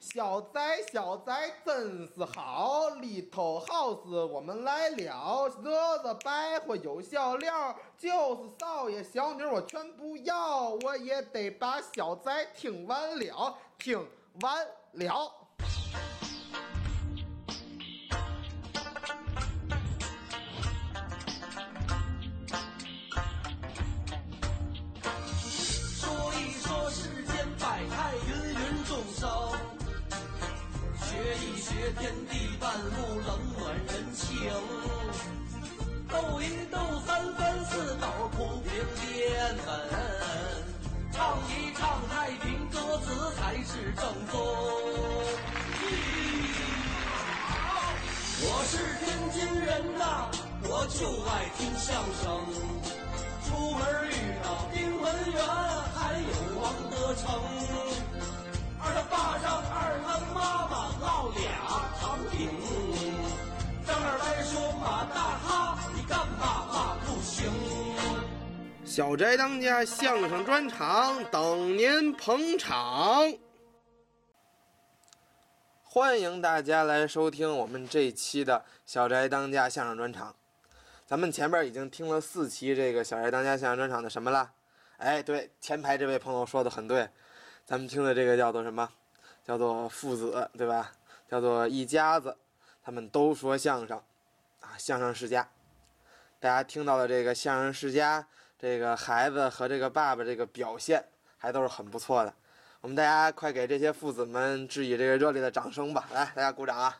小宅小宅真是好，里头 house 我们来了，惹惹白活有笑料，就是少爷小女我全不要，我也得把小宅听完了，听完了。说一说世间百态，芸芸众生。学一学天地万物，冷暖人情。斗一斗三分四斗，铺平垫稳。唱一唱太平歌词，才是正宗。我是天津人呐，我就爱听相声。出门遇到丁文元，还有王德成。二他爸让二他妈妈烙俩糖饼。张二来说马大哈，你干嘛嘛不行？小宅当家相声专场等您捧场，欢迎大家来收听我们这一期的小宅当家相声专场。咱们前边已经听了四期这个小宅当家相声专场的什么了？哎，对，前排这位朋友说的很对，咱们听的这个叫做什么？叫做父子，对吧？叫做一家子，他们都说相声，啊，相声世家。大家听到的这个相声世家，这个孩子和这个爸爸这个表现，还都是很不错的。我们大家快给这些父子们致以这个热烈的掌声吧！来，大家鼓掌啊！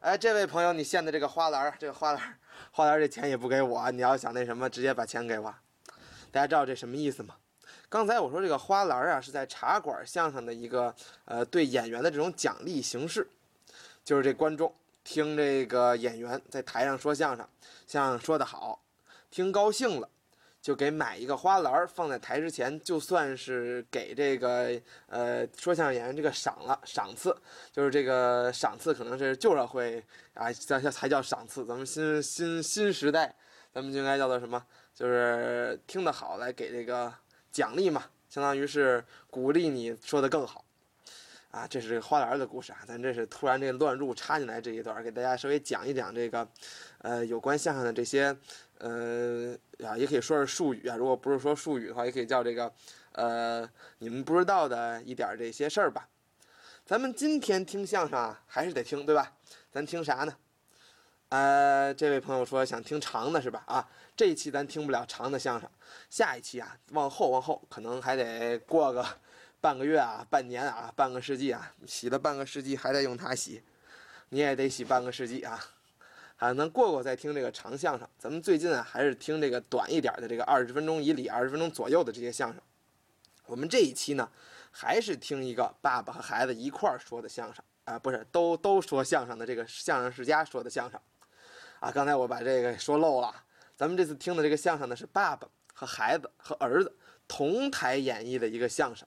哎，这位朋友，你献的这个花篮儿，这个花篮儿，花篮儿这钱也不给我，啊你要想那什么，直接把钱给我。啊大家知道这什么意思吗？刚才我说这个花篮儿啊，是在茶馆相声的一个呃对演员的这种奖励形式，就是这观众听这个演员在台上说相声，相声说得好，听高兴了，就给买一个花篮儿放在台之前，就算是给这个呃说相声演员这个赏了赏赐，就是这个赏赐可能是旧社会啊，才才才叫赏赐，咱们新新新时代，咱们就应该叫做什么？就是听得好来给这个奖励嘛，相当于是鼓励你说的更好。啊，这是花篮儿的故事啊，咱这是突然这乱入插进来这一段儿，给大家稍微讲一讲这个，呃，有关相声的这些，呃，啊，也可以说是术语啊，如果不是说术语的话，也可以叫这个，呃，你们不知道的一点儿这些事儿吧。咱们今天听相声啊，还是得听，对吧？咱听啥呢？呃，这位朋友说想听长的是吧？啊，这一期咱听不了长的相声，下一期啊，往后往后可能还得过个半个月啊、半年啊、半个世纪啊，洗了半个世纪还在用它洗，你也得洗半个世纪啊。啊，能过过再听这个长相声。咱们最近啊，还是听这个短一点的，这个二十分钟以里、二十分钟左右的这些相声。我们这一期呢，还是听一个爸爸和孩子一块儿说的相声啊，不是都都说相声的这个相声世家说的相声啊。刚才我把这个说漏了，咱们这次听的这个相声呢，是爸爸和孩子和儿子同台演绎的一个相声。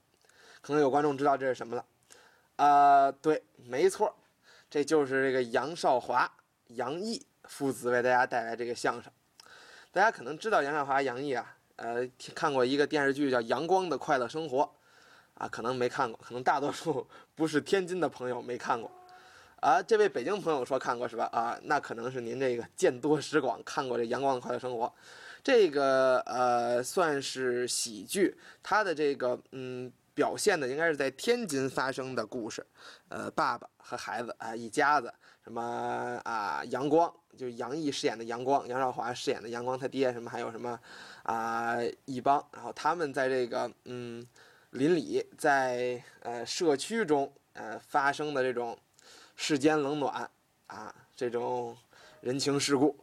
可能有观众知道这是什么了，啊，对，没错，这就是这个杨少华、杨毅父子为大家带来这个相声。大家可能知道杨少华、杨毅啊，呃，听看过一个电视剧叫《阳光的快乐生活》，啊，可能没看过，可能大多数不是天津的朋友没看过。啊，这位北京朋友说看过是吧？啊，那可能是您这个见多识广，看过这《阳光的快乐生活》，这个呃算是喜剧，它的这个嗯表现的应该是在天津发生的故事，呃，爸爸和孩子啊、一家子，什么啊阳光，就是杨毅饰演的阳光，杨少华饰演的阳光他爹，什么还有什么啊一帮，然后他们在这个嗯邻里在呃社区中呃发生的这种世间冷暖啊这种人情世故。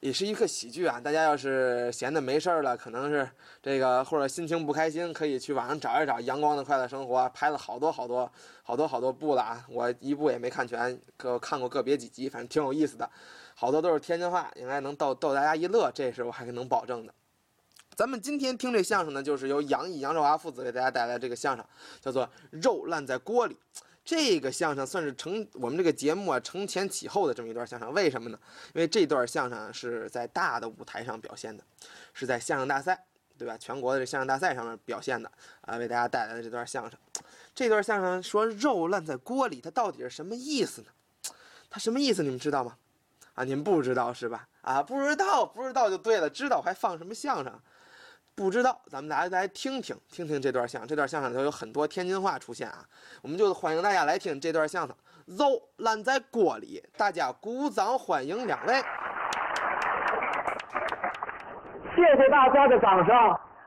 也是一个喜剧啊！大家要是闲的没事儿了，可能是这个或者心情不开心，可以去网上找一找《阳光的快乐生活》，拍了好多好多好多好多部了啊！我一部也没看全，个看过个别几集，反正挺有意思的，好多都是天津话，应该能逗逗大家一乐，这是我还能保证的。咱们今天听这相声呢，就是由杨毅、杨少华父子给大家带来这个相声，叫做《肉烂在锅里》。这个相声算是承我们这个节目啊承前启后的这么一段相声，为什么呢？因为这段相声啊是在大的舞台上表现的，是在相声大赛，对吧？全国的这相声大赛上面表现的啊，为大家带来的这段相声。这段相声说肉烂在锅里，它到底是什么意思呢？它什么意思？你们知道吗？啊，你们不知道是吧？啊，不知道，不知道就对了，知道还放什么相声？不知道，咱们大家来听听，听听这段相声。这段相声里头有很多天津话出现啊，我们就欢迎大家来听这段相声。肉烂在锅里，大家鼓掌欢迎两位。谢谢大家的掌声。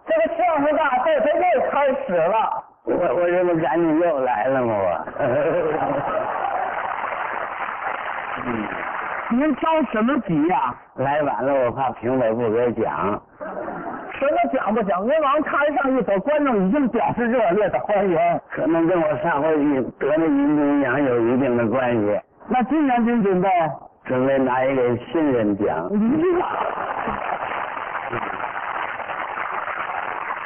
这个相声大赛它又开始了。我我这不赶紧又来了吗？我， 您着什么急呀、来晚了，我怕评委不给奖。什么讲不讲？您往台上一走，观众已经表示热烈的欢迎。可能跟我上回你得那银金奖有一定的关系。那今年您准备？准备拿一个新人奖，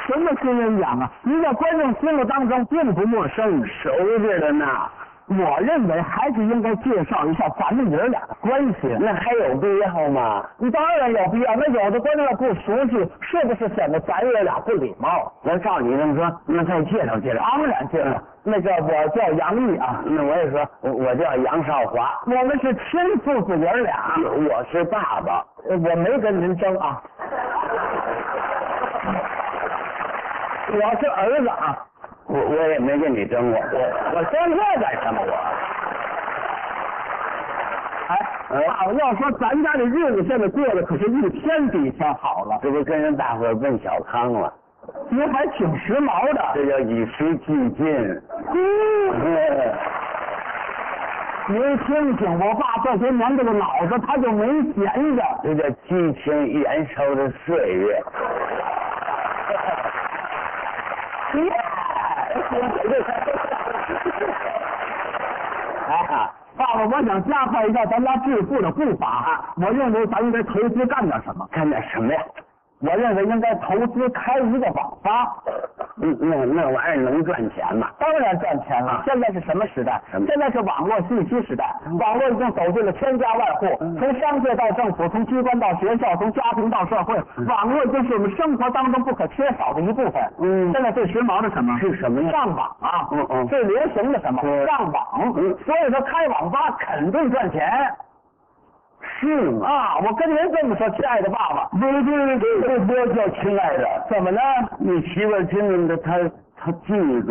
什么新人奖啊？您在观众心目当中并不陌生。熟着的呢。我认为还是应该介绍一下咱们爷儿俩的关系。那还有必要吗？你当然有必要，那有的观众要不熟悉，是不是显得咱爷俩不礼貌？那照你这么说，那再介绍介绍。当然介绍，那个我叫杨毅啊，那我也说，我我叫杨少华，我们是亲父子爷儿俩，我是爸爸。呃我没跟您争啊，我是儿子啊，我我也没跟你争过，我我争这干什么我？哎嗯，爸爸哎要说咱家这日子现在过得可是一天比一天好了，这不跟人大伙儿奔小康了，您还挺时髦的，这叫与时俱进。您听听，我爸这些年这个脑子他就没闲着。这叫激情燃烧的岁月。哎啊，爸爸，我想加快一下咱家致富的步伐。啊我认为咱应该投资干点什么？干点什么呀？我认为应该投资开一个网吧，嗯那那玩意儿能赚钱吗？当然赚钱了。现在是什么时代什么？现在是网络信息时代，网络已经走进了千家万户，嗯从商界到政府，从机关到学校，从家庭到社会，网络已经是我们生活当中不可缺少的一部分。嗯现在最时髦的什么？是什么呀？上网啊，嗯嗯最流行的什么？嗯上网。嗯所以说开网吧肯定赚钱是吗？啊！我跟您这么说，亲爱的爸爸，不对不对，不不叫亲爱的，怎么呢？你媳妇儿听见的，她她嫉妒。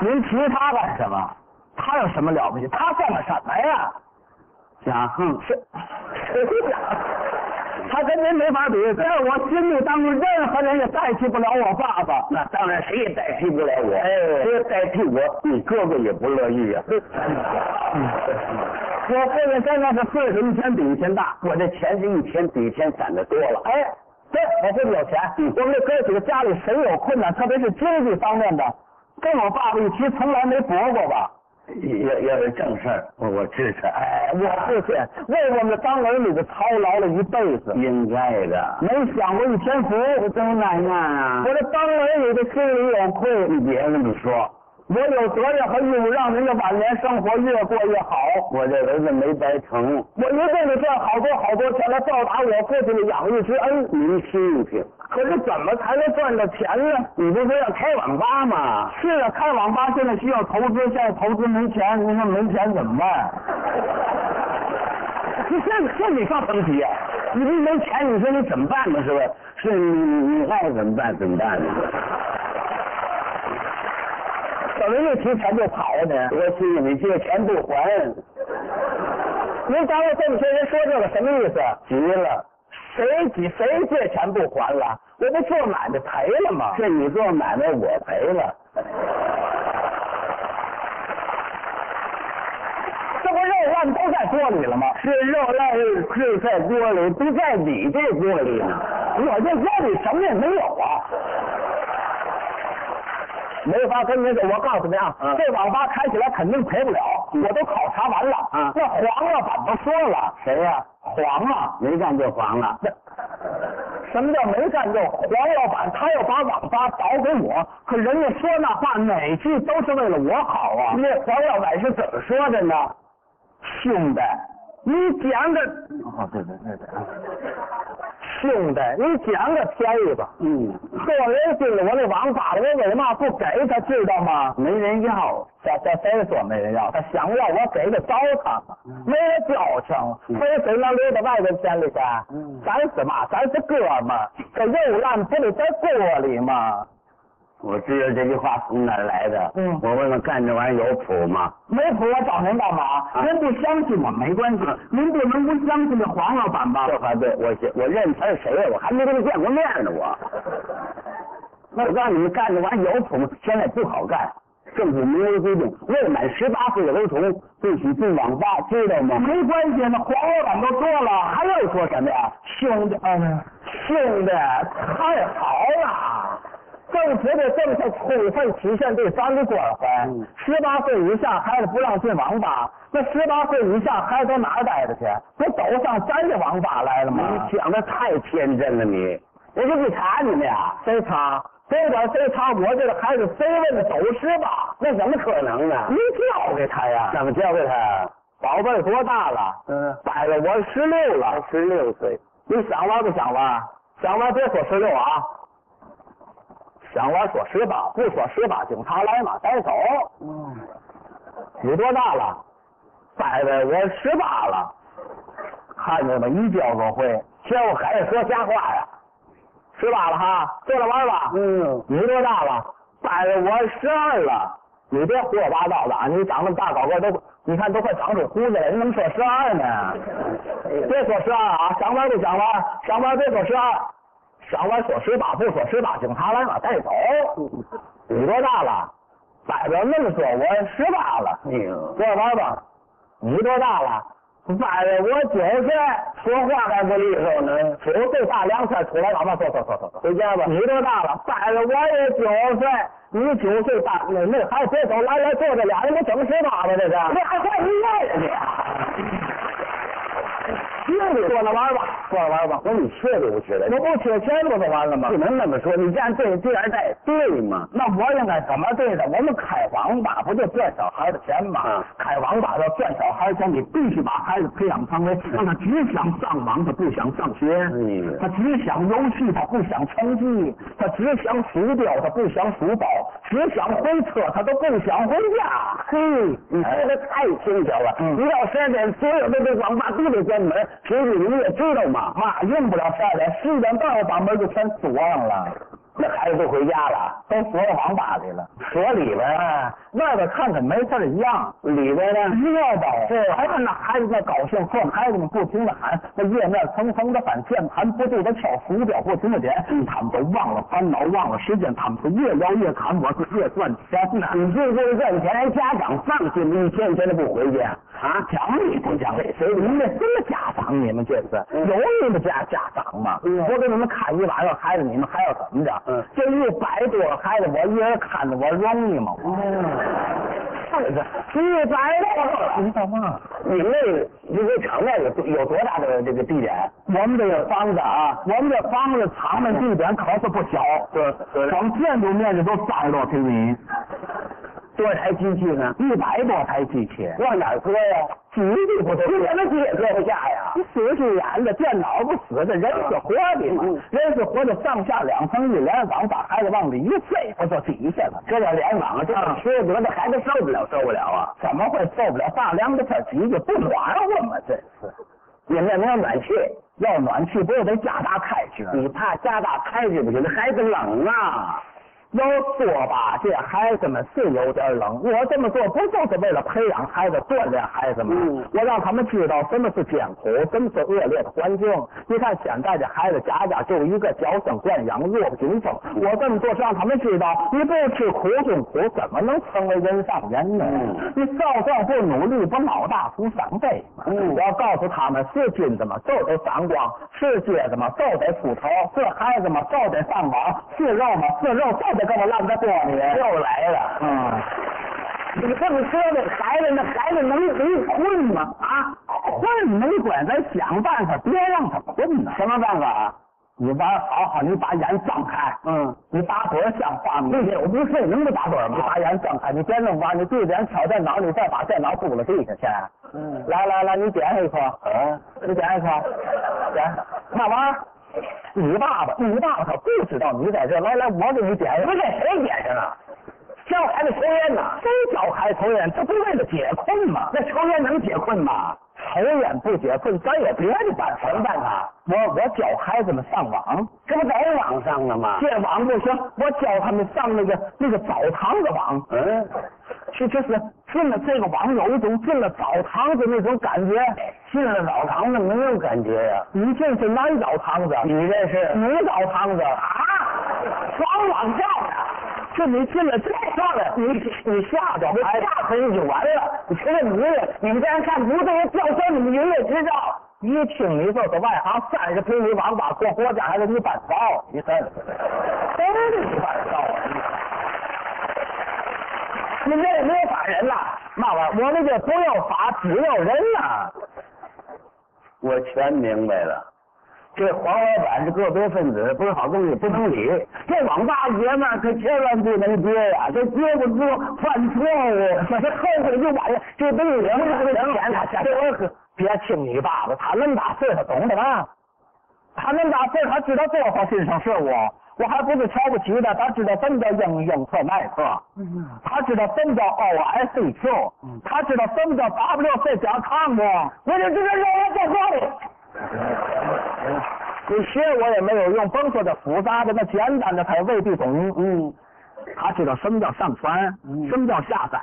您提他干什么？他有什么了不起？他算个什么呀？贾横是，他跟您没法比，在我心目当中，任何人也代替不了我爸爸。那当然，谁也代替不了我。哎谁也代替我，你哥哥也不乐意啊呀、我父亲真的是岁数一天比一天大。我这钱是一天比一天攒的多了。嗯哎，对，我父亲有钱，我们这哥几个家里谁有困难，特别是经济方面的，跟我爸爸一提，从来没驳过吧。要要是正事儿，我我支持。哎，我父亲为我们的当儿女的操劳了一辈子，应该的。没享过一天福。我怎么奶奶啊我这当儿女的心里有愧，你别这么说，我有责任和义务让您的晚年生活越过越好。我这儿子没白疼，我一定得赚好多好多钱来报答我父亲的养育之恩。您批评。可是怎么才能赚到钱呢？你不说要开网吧吗？是啊，开网吧现在需要投资，现在投资没钱，您说没钱怎么办？这这这 你上层级啊！你这没钱，你说你怎么办呢？是吧？是你你你爱怎么办怎么办呢？怎么一提钱就跑啊您？我心里你借钱不还，您刚才这么些人说这个什么意思？急了。谁给谁借钱不还了？我不做买卖赔了吗？是你做买卖，我赔了。这不肉烂都在锅里了吗？是肉烂是在锅里，不在你这锅里呢。我这家里什么也没有啊，没法跟您说。我告诉您啊，嗯这网吧开起来肯定赔不了，我都考察完了。嗯那黄老板都说了，谁呀、黄啊，没干就黄了。什么叫没干就？黄老板他要把网吧倒给我，可人家说那话哪句都是为了我好啊。那黄老板是怎么说的呢？兄弟，你讲个哦，对对对对，兄弟，你讲个便宜吧。嗯，做人盯着我那王八蛋，我为嘛不给他知道吗？没人要，这这谁说没人要？他想要我给他糟蹋了，嗯没人交情，非给那留到外人眼里去。啊嗯咱是嘛？咱是哥们儿，这肉烂不得在锅里吗？我知道这句话从哪儿来的。嗯我问问看，这玩意儿有谱吗？啊没谱，我找您干嘛？您不相信我没关系，您不能不相信这黄老板吧这话对，我信我认他是谁呀？我还没跟他见过面呢， 我。那我告诉你们，干这玩意儿有谱吗？现在不好干。政府明文规定，未满十八岁的儿童不许进网吧，知道吗？没关系，那黄老板都说了，还要说什么呀？兄弟，哎呀，兄弟，太好了！政府的政策充分体现对咱的关怀。嗯十八岁以下孩子不让进网吧，那十八岁以下孩子都哪儿待着去？不都上咱这网吧来了吗？你想的太天真了，你！我就不查你们呀，谁查？这点谁查？我这个孩子谁问的走失吧？那怎么可能呢？你教给他呀！怎么教给他呀？宝贝儿多大了？嗯，摆了我十六了。十六岁，你想玩不想玩？想玩别说十六啊，想玩说十八，不说十八，警察来嘛，带走。嗯你多大了？拜拜，我十八了。看见吧，一教就会，嫌我还是说瞎话呀。十八了哈，坐着玩吧。嗯，你多大了？拜拜，我十二了。你别胡说八道了啊！你长那么大高个都，你看都快长出胡子了，你怎么说十二呢？别说十二啊，想玩就想玩，想玩别说十二，想玩说十八，不说十八，警察来把带走。你多大了？摆着那么说，我十八了。哎呦，坐着玩吧。你多大了？摆着我九岁，说话还不利索呢。九岁大凉菜出来，老妈走走走走走，回家吧。你多大了？摆着我也九岁，你九岁大，那那还别走，来来坐着，俩人都整十八了，这是。那还换医院 呀你？硬坐那玩儿吧，坐那玩儿吧。那你缺德不缺德？我不缺钱不就完了吗不？能那么说，你这样对这样待对吗？那我应该怎么对的？我们开网吧不就赚小孩的钱吗？嗯开网吧要赚小孩钱，你必须把孩子培养成为让他只想上网，他不想上学；嗯他只想游戏，他不想成绩；他只想数表，他不想数包；只想回车，他都不想回家。嘿，你说的太轻巧了！嗯一到十二点，所有的这网吧都得关门。平时你们也知道嘛，妈用不了十二点，十点半我把门就全锁上了。那孩子都回家了，都锁到网吧里了，锁里边啊，哎，外边看着没事儿一样。里边呢？热呗，是还看那孩子那高兴，哄孩子们不停的喊，那页面层层的反，键盘不住的敲，浮表不停的点，他们都忘了烦恼，忘了时间，他们是越聊越谈，我是越赚钱呐。你就这个赚钱，家长放心了，一天天的不回去啊？嗯啊，讲理不讲理？谁你们这什么家长？你们这是、有你们家家长吗？嗯我给你们看一晚上孩子，你们还要怎么着？嗯这一百多个孩子，我一人看着我容易吗？哦是的，一百多个，你干嘛？你们那个这个场外有多有多大的这个地点？我们这个房子啊，我们这房子场面地点可是不小，对嗯对整建筑面积都三十多平米，多台机器呢？一百多台机器，往哪儿搁呀？挤挤不都你怎么挤也搁不下呀？你死是演的，电脑不死的，人是活的嘛嗯，人是活的，上下两层一联网，把孩子往里一塞，我就挤下了。这叫联网，这叫缺德，这孩子受不了，受不了啊！怎么会受不了大梁子这挤挤不暖和吗？这是你们那没有暖气，要暖气不是得加大开支？你怕家大开着不行，那孩子冷啊。要说吧，这孩子们是有点冷。我这么做不就是为了培养孩子、锻炼孩子吗？嗯我让他们知道什么是艰苦，什么是恶劣的环境。你看现在这孩子家家就一个娇生惯养、弱不禁风。嗯我这么做是让他们知道，你不吃苦中苦，怎么能成为人上人呢？嗯你照样不努力，不老大徒伤悲吗？嗯我要告诉他们，是金子嘛，就得闪光；是橛子嘛，就得出头；是孩子嘛，就得上网；是肉嘛，是肉就得给我烂在锅里。又来了，嗯，你这么说那孩子，那孩子能能困吗？啊，困没关，咱想办法，别让他困呐。什么办法啊？你把好好，你把眼张开，嗯，你打盹儿像话吗？对对，我不睡能不打盹吗？你把眼张开，你别弄完，你对着眼敲电脑，你再把电脑扑了地下去。嗯，来来来，你点一颗，嗯，你点一颗，点那玩意儿。你爸爸，你爸爸可不知道你在这儿。来来，我给你点一个。不是谁点啊的呢？教孩子抽烟呐，谁教孩子抽烟？这不为了解困吗？那抽烟能解困吗？抽烟不解困，咱有别的办法。什么办法？我我教孩子们上网，这不在网上了吗？这网不行，我教他们上那个那个澡堂子网。嗯，这就是进了这个网，有一种进了澡堂子那种感觉。进了澡堂子没有感觉呀、你这是男澡堂子，你这是女澡堂子啊？双网教的。这你进了这算了，你你吓着，你吓死你就完了。你这你你们这样看，不对，吊销你们营业执照。一听你这个外行，三十平米网吧过国家还给你办照，你真真给你办照啊！你这也没有法人呐，妈妈，我们这不要法，只要人呐。我全明白了，这黄老板是个别分子，不是好东西，不能理。这网吧爷们儿可千万不能接呀、这接不住犯错误，这后悔就晚了。这都是人不是钱，他钱我可别听你爸爸，他那么大岁数懂得了。他那么大岁数还知道做好身上事物，我还不是瞧不起他，他知道什么叫英英特耐克，他知道什么叫哦 OSQ，他知道什么叫 WC 加抗不？啊我就知道让我做错的。你学我也没有用，甭说这复杂的，那简单的他也未必懂。嗯，他知道什么叫上传，什么叫下载，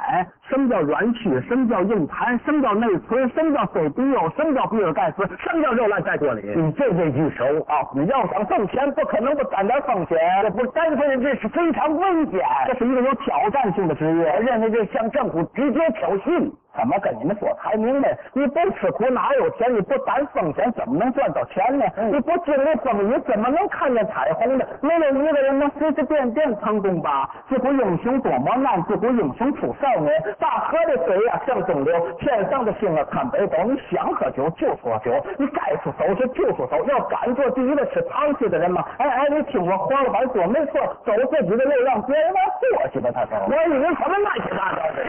什么叫软驱，什么叫硬盘，什么叫内存，什么叫 CPU，什么叫比尔盖茨，什么叫肉烂在锅里。你这这句熟啊！你要想挣钱，不可能不沾点风险。这不沾风险，这是非常危险，这是一个有挑战性的职业。我认为这向政府直接挑衅。怎么跟你们说才明白？你不吃苦哪有钱？你不担风险怎么能赚到钱呢？你不经历风雨怎么能看见彩虹呢？没有一个人能随随便便成功吧？自古英雄多磨难，自古英雄出少年。大河的水呀、向东流，天上的星啊看北斗。你想喝酒就说酒，你该出手时就出手。要敢做第一个吃螃蟹的人嘛，哎哎，你听我黄老板说，没错，走自己的路，让别人来过去吧，他说。我以为什么乱七八糟的。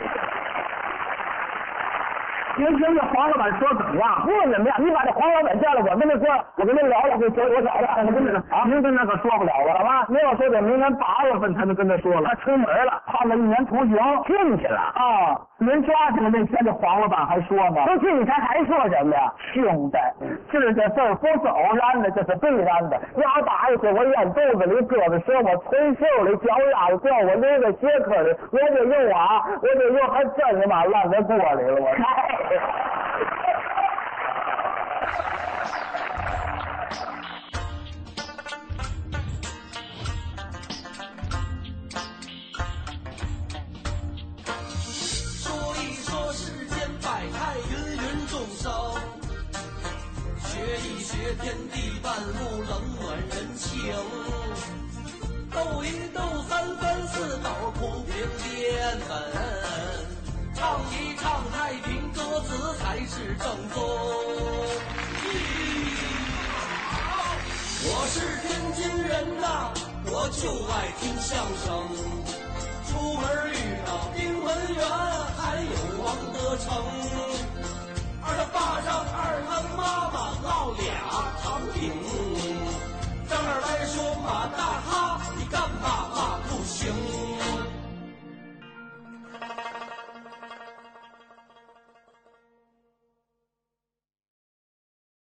您听这黄老板说怎么样？不怎么样，你把这黄老板叫来，我跟他说，我跟他聊聊，我我找他，我跟他啊，您跟他可说不了了，好吧？您要说得明年八月份才能跟他说了，他出门了，判了一年徒刑，进去了啊！人抓起来那天，这黄老板还说呢，不进去他还说什么呀？兄弟，这这事儿不是偶然的，这是必然的。要打一回，我眼肚子里、胳膊折，我腿袖里、脚丫子掉，我溜到鞋壳里，我得用啊，我得用，还真他妈烂在锅里了，我。说一说世间百态，芸芸众生。学一学天地万物，冷暖人情。斗一斗三分四斗，铺平淀粉。唱一唱太平歌词，才是正宗。我是天津人呐，我就爱听相声。出门遇到丁文元，还有王德成。二他爸让二他妈妈烙俩糖饼。